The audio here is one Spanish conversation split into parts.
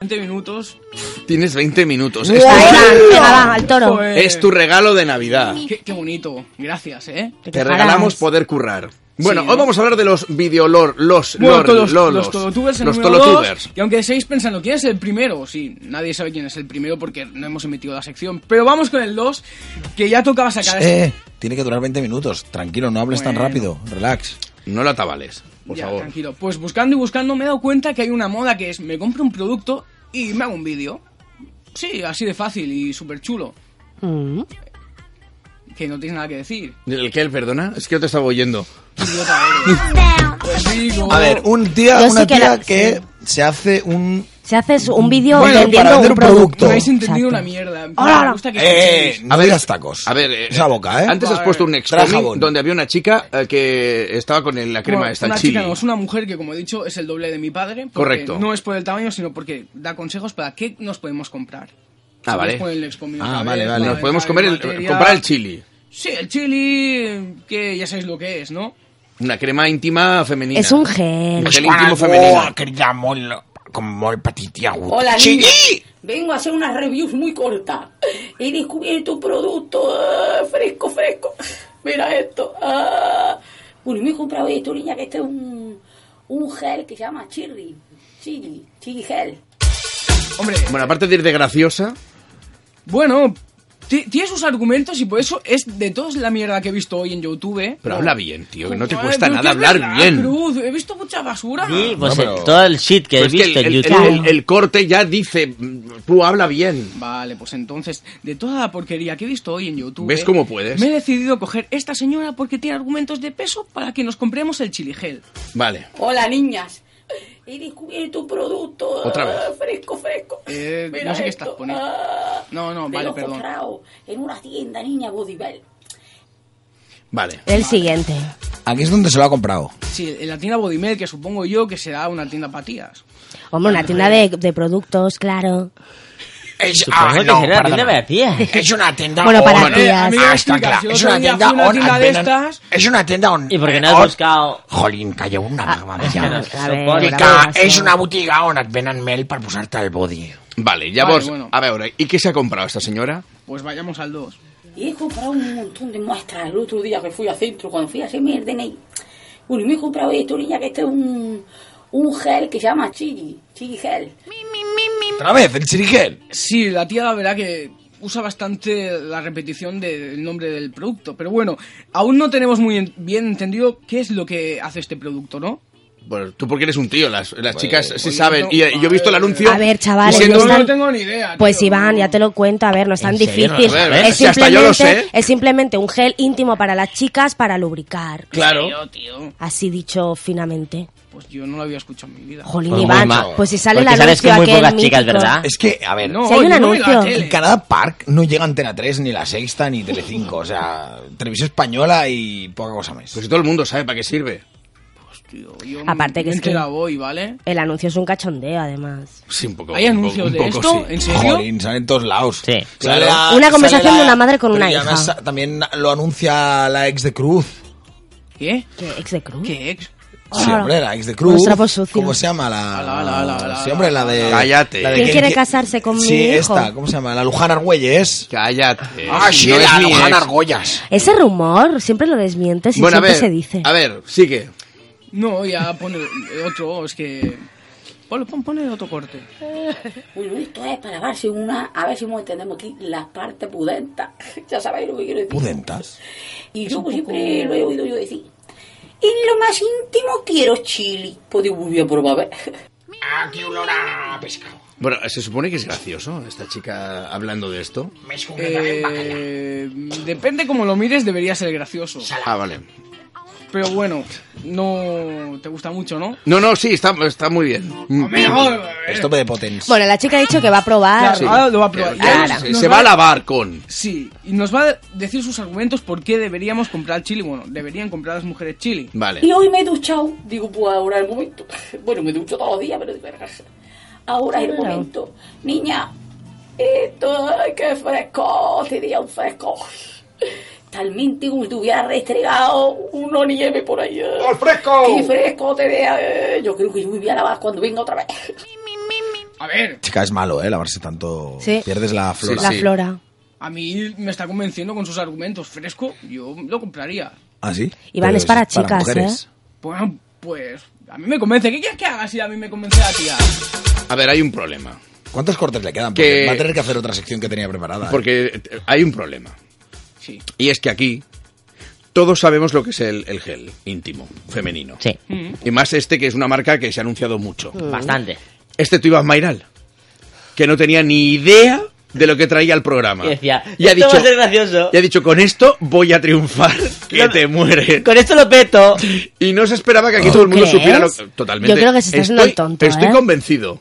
20 minutos. Tienes 20 minutos. Es, Venga, venga, va, al toro. Joder. es tu regalo de Navidad. pues, Qué, qué bonito. Gracias, ¿eh? Te regalamos poder currar. Bueno, hoy vamos a hablar de los videolor, los, Bueno, lor- todos lolos, los todotubers en los número dos, tolotubers. Y aunque seguís pensando, ¿quién es el primero? Sí, nadie sabe quién es el primero porque no hemos emitido la sección. Pero vamos con el 2, que ya tocaba sacar... este. Eh, tiene que durar 20 minutos. Tranquilo, no hables tan Bueno. rápido. Relax. No la tabales, por ya, favor. tranquilo. Pues buscando y buscando me he dado cuenta que hay una moda que es me compro un producto y me hago un vídeo. Sí, así de fácil y súper chulo. Mm. Que no tienes nada que decir. ¿El qué? Perdona, es que yo te estaba oyendo. Idiota eres. Pues digo, A ver, un tía, Yo una sí que tía la- que se hace un... Si haces un vídeo Bueno, vendiendo para un vender un producto. producto. no habéis entendido Exacto. una mierda. Hola, hola. Me gusta que Eh, escuchéis. no digas tacos. A ver, eh, Esa boca, ¿eh? Antes has Vale. puesto un Trae excomic jabón. donde había una chica eh, que estaba con el- la crema Bueno, esta, el una chili. chica no, es una mujer que, como he dicho, es el doble de mi padre. porque Correcto. No es por el tamaño, sino porque da consejos para qué nos podemos comprar. Pues Ah, vale. Nos ponen el excomium Ah, otra vale, vez, vale. para Nos podemos dejar comer el- materia. comprar el chili. Sí, el chili, que ya sabéis lo que es, ¿no? Una crema íntima femenina. Es un gel. Un gel Ah, íntimo femenino. querida, molt, com molt petitia. Hola, niños. Vengo a hacer unas reviews muy cortas. He descubierto un producto ah, fresco, fresco. Mira esto. ah. Bueno, me he comprado esto, niña, que este es un, un gel que se llama Chirri. Chili, chili gel. Hombre, Bueno, aparte de ir de graciosa, bueno, ti- tiene sus argumentos y por eso es de toda la mierda que he visto hoy en YouTube. pero habla bien, tío, que no te Joder, cuesta pero nada ¿qué es hablar verdad, bien. Cruz? He visto mucha basura. Sí, pues No, pero- el- todo el shit pues que Pero he Pues es que visto el, en el- YouTube. el- el corte ya dice, mm, tú habla bien. Vale, pues entonces, de toda la porquería que he visto hoy en YouTube. ¿Ves cómo puedes? Me he decidido coger esta señora porque tiene argumentos de peso para que nos compremos el chili gel. Vale. Hola, niñas. He descubierto un producto ah, Otra vez. fresco, fresco. Eh, Mira no sé qué esto, estás poniendo. ah. No, no, Me vale, lo he perdón. comprado en una tienda, niña, Bodybell. Vale. El siguiente. Aquí es donde se lo ha comprado. Sí, en la tienda Bodymel, que supongo yo que será una tienda patías. Hombre, una tienda de, de productos, claro. Es, ah, Supongo que será la tienda para tías. Es una tienda Bueno, para on. tías. a mí me explicas, yo Es otro una día tienda fui a una on tienda de and then- estas. Es una tienda on. ¿Y por qué no eh, has on- buscado? Jolín, calla una Ah, mamalla. es que no- A ver, Porque a Que ver, és eso. una botiga on et venen mel per posar-te el body. Vale, ya Vale, vos. bueno. A ver, ¿y qué se ha comprado esta señora? Pues vayamos al 2. Y he comprado un montón de muestras el otro día que fui al centro, cuando fui a hacerme el DNI. Bueno, y me he comprado esto, niña, que este es un, un gel que se llama chili, chili gel. Otra vez, el chirigel. Sí, la tía la verdad que usa bastante la repetición del nombre del producto. Pero bueno, aún no tenemos muy en- bien entendido qué es lo que hace este producto, ¿no? Bueno, Pues tú porque eres un tío, las, las chicas sí oye, saben. no, y, y yo he visto el a ver. anuncio. A ver, chavales, y siendo- no Yo están- no tengo ni idea. Pues tío. Iván, ya te lo cuento, a ver, no es tan ¿En serio? difícil. A ver, es, si hasta yo lo simplemente, sé. es simplemente un gel íntimo para las chicas para lubricar. Claro. Tío, tío. Así dicho finamente. Pues yo no lo había escuchado en mi vida. Jolín, Pues muy Iván, mal. pues si sale Porque el sabes que anuncio muy aquel pocas chicas, mítico. ¿verdad? Es que, a ver, No, Si hay un yo no veo la anuncio. tele. en Canadá Park no llega Antena 3, ni la Sexta, ni Telecinco. O sea, Televisión Española y poca cosa más. Pues si todo el mundo sabe para qué sirve. Tío, yo Aparte que me es que- entera hoy, ¿vale? El anuncio es un cachondeo, además. Sí, un poco. ¿Hay un anuncios poco- de un poco esto? sí. ¿En serio? Jolín, salen en todos lados. Sí. Sale Una sale conversación de una madre con pero una y además hija. sa- también lo anuncia la ex de Cruz. ¿Qué? ¿Qué, ex de cruz? ¿Qué ex? Sí, Ahora. hombre, la ex de Cruz. Los trapos sucios. ¿Cómo se llama? La... Ala, ala, ala, ala, sí, hombre, la de... Cállate. la de ¿Quién quiere casarse con mi Sí, hijo? esta. ¿Cómo se llama? La Luján Argüelles. Cállate. Ah, sí, No es la mi Luján ex. Argollas. Ese rumor siempre lo desmientes y Bueno, a siempre ver. se dice. A ver, sigue. No, ya pone otro, es que... Ponle, pon- ponle otro corte. Bueno, esto es para darse una, a ver si nos entendemos aquí, la parte pudenta. Ya sabéis lo que quiero decir. Pudentas. Y yo pues, siempre lo he oído yo decir. En lo más íntimo quiero chili. Pues digo, voy a probar. a ver. Ah, qué olor a pescado. Bueno, se supone que es gracioso esta chica hablando de esto. Me escupirá el bacalao. Eh, depende como lo mires, debería ser gracioso. Ah, vale. Pero bueno, no te gusta mucho, ¿no? No, no, sí, está, está muy bien. Mm. Mejor. Esto me de potens. Bueno, la chica ha dicho que va a probar. Claro, ahora lo va a probar. Pero Y ahora ya se, nos se va a lavar con. Sí, y nos va a decir sus argumentos por qué deberíamos comprar chili. Bueno, deberían comprar las mujeres chili. Vale. Y hoy me he duchado. Digo, pues ahora es el momento. Bueno, me ducho todos los días, pero digo, "Verga, ahora es el momento. Niña, esto, ay, qué fresco, este día un fresco. Talmente como si te hubiera restregado una nieve por ahí. ¡Al fresco! ¡Qué fresco te vea! eh! Yo creo que yo me voy a lavar cuando venga otra vez. A ver, Chica, es malo, ¿eh? Lavarse tanto. Sí. Pierdes la flora. La Sí. flora. a mí me está convenciendo con sus argumentos. Fresco, yo lo compraría. ¿Ah, sí? Iván, Pero es para chicas, mujeres. ¿eh? Bueno, pues a mí me convence. ¿Qué quieres que haga si a mí me convence la tía? A ver, hay un problema. ¿eh? ¿Cuántos cortes le quedan? Que- Porque Va a tener que hacer otra sección que tenía preparada. ¿eh? Porque eh, hay un problema. Sí. Y es que aquí todos sabemos lo que es el, el gel íntimo, femenino. Sí, Mm. Y más este que es una marca que se ha anunciado mucho. bastante. Este tú ibas Mairal, que no tenía ni idea de lo que traía el programa. Y decía, Y ha "Esto va dicho, a ser gracioso". y ha dicho, con esto voy a triunfar, que No, te mueres. Con esto lo peto. Y no se esperaba que aquí todo el mundo crees? supiera lo Totalmente. Yo creo que se está haciendo el Estoy- tonto, Estoy ¿eh? convencido.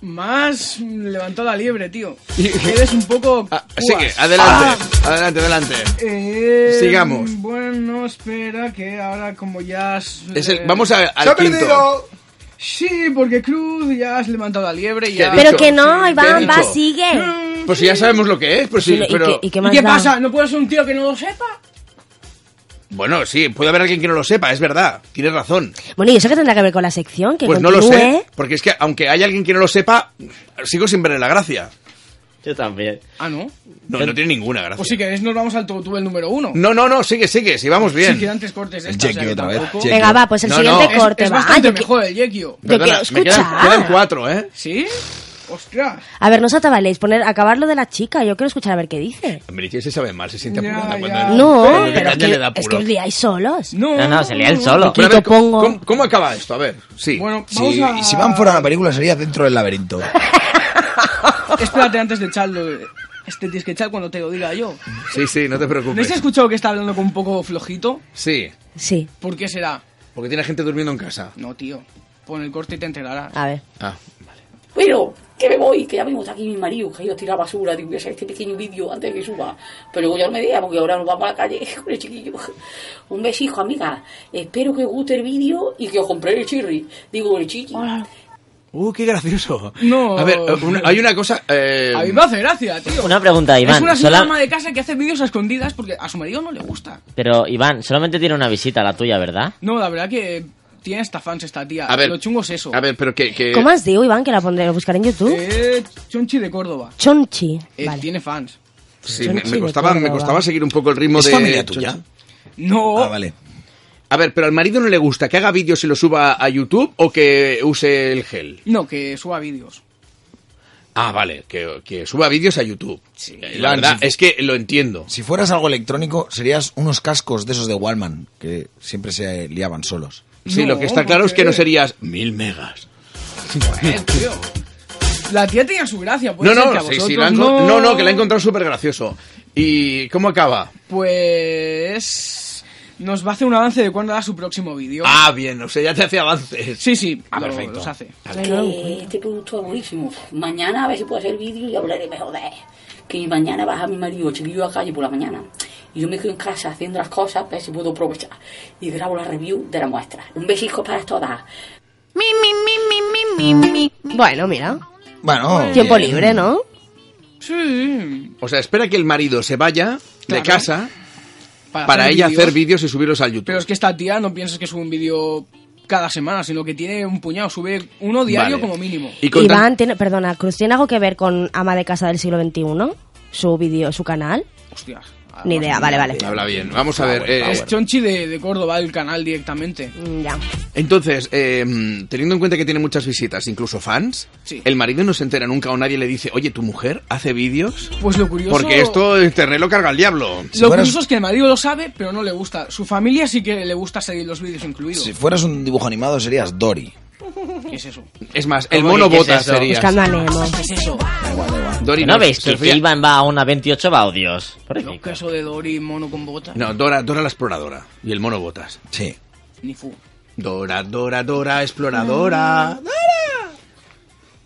Más levantó la liebre, tío. Eres un poco. Ah, así que, cuas. adelante, adelante, adelante. Eh, Sigamos. Bueno, espera, que ahora como ya. has, Es el- eh, vamos a, al quinto. Sí, porque Cruz ya has levantado la liebre. Ya... ha Pero dicho? que no, ¿Qué Iván, ha va, dicho? sigue. Pues si ya sabemos lo que es, pues sí, ¿Y, qué- pero... y qué ¿Y más qué da? pasa? ¿No puedes ser un tío que no lo sepa? Bueno, sí, puede haber alguien que no lo sepa, es verdad, tienes razón. Bueno, ¿y eso qué tendrá que ver con la sección? Que ¿eh? Pues no lo continúe. sé, porque es que aunque hay alguien que no lo sepa, sigo sin verle la gracia. Yo también. Ah, no. No, no tiene ninguna gracia. Pues si queréis, nos vamos al totubel número uno. No, no, no, sigue, sigue, si vamos bien. Sí, quedan tres cortes de El esta, o sea Jekyll que otra vez. tampoco- Jekyll. Venga, va, pues el No, siguiente no. Es, corte es va. bastante Yo que- mejor el Yekio. Yo quiero me quedan, escuchar. quedan cuatro, ¿eh? ¿Sí? ¡Ostras! A ver, no os atabaléis, poner, acabar lo de la chica. Yo quiero escuchar a ver qué dice. Meriche se sabe mal, se siente Ya, apurada ya. cuando... No, cuando pero Caña es que, le da es apuro. que os liáis solos. No, No, no, se lea él solo. Pero a Quito, ¿cómo- pongo. ¿cómo, cómo acaba esto? A ver, sí. Bueno, vamos Si, a... si Van fuera una película sería dentro del laberinto. Espérate antes de echarlo. Este tienes que echar cuando te lo diga yo. Sí, sí, no te ¿No has preocupes. escuchado que está hablando con un poco flojito? Sí, Sí, ¿Por qué será? porque tiene gente durmiendo en casa. No, tío. Pon el corte y te enterarás. a ver. Ah, Bueno, que me voy, que ya mismo está aquí mi marido, que yo tira basura, digo, voy a hacer este pequeño vídeo antes de que suba. Pero luego ya no me deja, porque ahora nos vamos a la calle con el chiquillo. Un besijo, amiga. Espero que os guste el vídeo y que os compréis el chirri. Digo, el chiqui. Uh, qué gracioso. No. A ver, eh, una- hay una cosa. eh, A mí me hace gracia, tío. Una pregunta, Iván. Es una Sola- señora ama de casa que hace vídeos a escondidas porque a su marido no le gusta. Pero, Iván, solamente tiene una visita la tuya, ¿verdad? No, la verdad que tiene hasta fans esta tía. a ver, Lo chungo es eso. A ver, pero que. que- ¿Cómo has dicho, Iván, que la pondré, lo buscaré en YouTube? Eh, Chonchi de Córdoba. Chonchi. Él vale. tiene fans. sí, Yo me, no me soy de costaba, me Córdoba. costaba seguir un poco el ritmo ¿Es de. familia tuya? No. Ah, vale. A ver, pero al marido no le gusta que haga vídeos y los suba a YouTube o que use el gel. No, que suba vídeos. Ah, vale, que, que suba vídeos a YouTube. Eh, la Iván, verdad sí. es que lo entiendo. Si fueras algo electrónico, serías unos cascos de esos de Wallman, que siempre se liaban solos. Sí, No, lo que está claro es que no porque- serías mil megas. Eh, tío. La tía tenía su gracia. No, Puede ser que a no, sí, vosotros sí, la han no... con- no, no, que la he encontrado súper gracioso. ¿Y cómo acaba? Pues... Nos va a hacer un avance de cuándo da su próximo vídeo. Ah, bien, o sea, ya te hace avances. Sí, sí, Ah, lo- perfecto. los hace. Que este producto es buenísimo. Mañana a ver si puedo hacer vídeo y hablaré mejor de él. Que mañana baja mi marido, el chiquillo a la calle por la mañana. Y yo me quedo en casa haciendo las cosas, a ver si puedo aprovechar. Y grabo la review de la muestra. Un besijo para todas. Bueno, mira. Bueno. Tiempo bien. libre, ¿no? Sí. O sea, espera que el marido se vaya Claro. de casa para ella hacer vídeos y subirlos al YouTube. Pero es que esta tía no pienses que sube un vídeo cada semana, sino que tiene un puñado. Sube uno diario Vale. como mínimo. Y con tan- Iván tiene, perdona, Cruz, ¿tiene algo que ver con ama de casa del siglo XXI? Su vídeo, su canal. Hostias. Ah, Ni idea, vale, vale. Habla bien. Ah, Vamos a ver. eh, Es esto- Chonchi de, de Córdoba, el canal directamente. Mm, Ya. Entonces, eh, teniendo en cuenta que tiene muchas visitas, incluso fans, Sí. el marido no se entera nunca o nadie le dice, oye, ¿tu mujer hace vídeos? Pues lo curioso... Porque esto internet lo carga el diablo. Si Lo fueras- curioso es que el marido lo sabe, pero no le gusta. Su familia sí que le gusta seguir los vídeos incluidos. Si fueras un dibujo animado, serías Dory. ¿Qué es eso? Es más, el ¿Cómo mono que qué es bota eso? sería. Buscando a Nemo. ¿Qué es eso? Da igual, da igual. Dory ¿No no, veis se que, refería- que Iván va a una 28 va a odios? Por Los casos de Dory, mono con botas. No, Dora, Dora la exploradora. Y el mono botas. Sí. Ni fu. Dora, Dora, Dora, exploradora.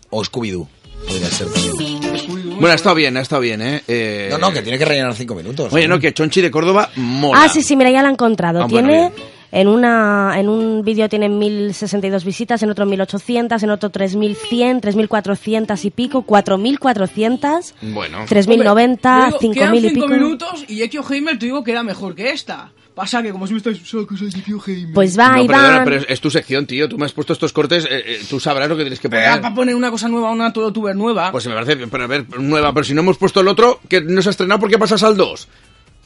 O Scooby-Doo. Podría ser también. Bueno, ha estado bien, ha estado bien, ¿eh? Eh, No, no, que tiene que rellenar cinco minutos. Oye, no, ¿eh? que Chonchi de Córdoba mola. Ah, sí, sí, mira, ya la he encontrado. Ah, bueno, tiene bien. en una en un vídeo tiene 1062 visitas, en otro 1800, en otro 3100, 3400 y pico, 4400, Bueno. 3090, Hombre, te digo, 5000 y Quedan 5 pico. minutos y Yekio Heimer te digo que era mejor que esta. Pasa que como si me estáis usando cosas de Yekio Heimer. Pues va, No, perdona, Iván. pero es, es tu sección, tío. Tú me has puesto estos cortes, eh, eh, tú sabrás lo que tienes que Era poner. para poner una cosa nueva, una tuber nueva. Pues se me parece, pero a ver, nueva, pero si no hemos puesto el otro, que no se ha estrenado, ¿por qué pasas al 2?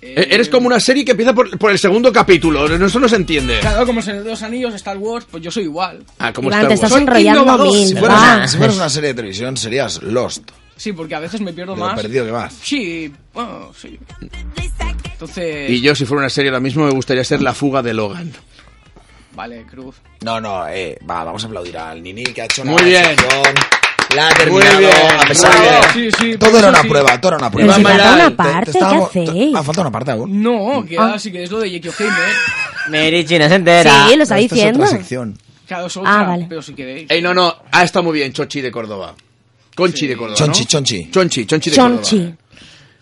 Eh, Eres como una serie que empieza por, por el segundo capítulo, no- eso no se entiende. Claro, como se dos anillos, Star Wars, pues yo soy igual. Ah, como Iván, Star te estás Wars. Son enrollando a innovadores, mí, Si fueras, ¿verdad? si fueras una serie de televisión serías Lost. Sí, porque a veces me pierdo De lo más. perdido que vas. Sí, bueno, sí. Entonces, Y yo, si fuera una serie ahora mismo, me gustaría ser La fuga de Logan. vale, Cruz. No, no, eh, va, vamos a aplaudir al Nini que ha hecho una Muy bien. sección, La ha terminado, Muy bien, a pesar muy de- bien. Sí, sí, Pues todo por era eso una sí. prueba, todo era una Pero prueba. si falta Te- una te parte, ¿qué estábamos- te- hacéis? Ah, falta una parte aún. No, que ahora sí que es lo de Yekio Heimer. Mary China se entera. Sí, lo está Esta es otra diciendo. sección. Claro, es Ah, otra, vale. pero si queréis. Ey, no, no, ha estado muy bien, Chochi de Córdoba. Conchi de Córdoba. Chonchi, ¿no? chonchi. Chonchi, Chonchi de Chonchi. Córdoba.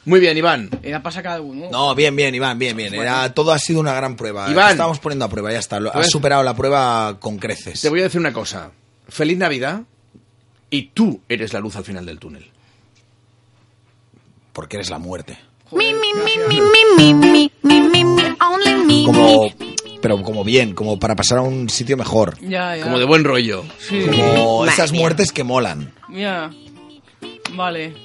Muy bien, Iván. Era para cada uno. No, bien, bien, Iván, bien, bien. Era, todo ha sido una gran prueba. Iván. Te Estábamos poniendo a prueba, ya está. Lo- Has Pues- superado la prueba con creces. Te voy a decir una cosa. Feliz Navidad y tú eres la luz al final del túnel. Porque eres la muerte. Joder, gracias. me, me, me, me, me, only me. Como, pero como bien, como para pasar a un sitio mejor. Ya, ya. Como de buen rollo. Sí, Como esas muertes que molan. ya. Vale.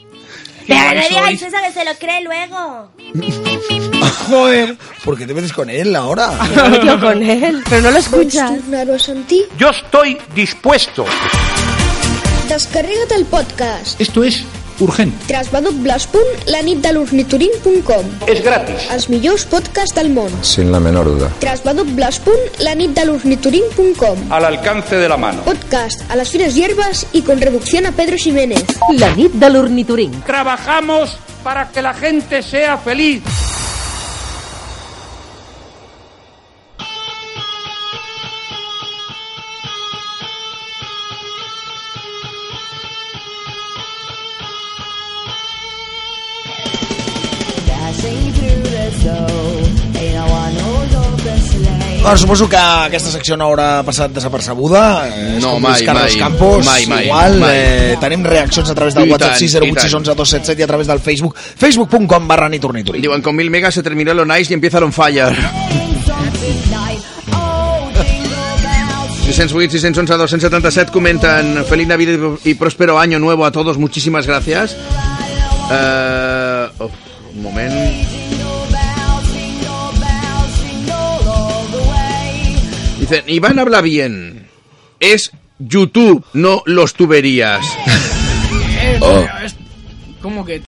Qué Pero guay no digas sois. eso que se lo cree luego. Joder. ¿Por qué te metes con él ahora? Me he metido con él, pero no lo escuchas. Yo estoy dispuesto. Descarrega't el podcast. Esto es urgente. Trasbadotblast.com la nit de l'ornitorinc.com Es gratis. Els millors podcasts del món. Sin la menor duda. Trasbadotblast.com la nit de l'ornitorinc.com Al alcance de la mano. Podcast a les fines hierbas y con reducción a Pedro Jiménez. La nit de l'ornitorinc. Trabajamos para que la gente sea feliz. Bueno, Doncs suposo que aquesta secció no haurà passat desapercebuda. Eh, és No, com mai, Luis Carlos mai. Campos, Mai, mai, igual. mai. Eh, tenim reaccions a través I del WhatsApp tant, 608611277 i a través del Facebook, facebook.com barra nitornituri. Digo, con mil megas se terminó lo nice y empieza lo fire. 608, 611, 277 comentan Feliz Navidad y próspero año nuevo a todos, muchísimas gracias. Eh, uf, un momento. Dicen, Iván habla bien. Es YouTube, no los tuberías. Eh, Oh. es- ¿Cómo que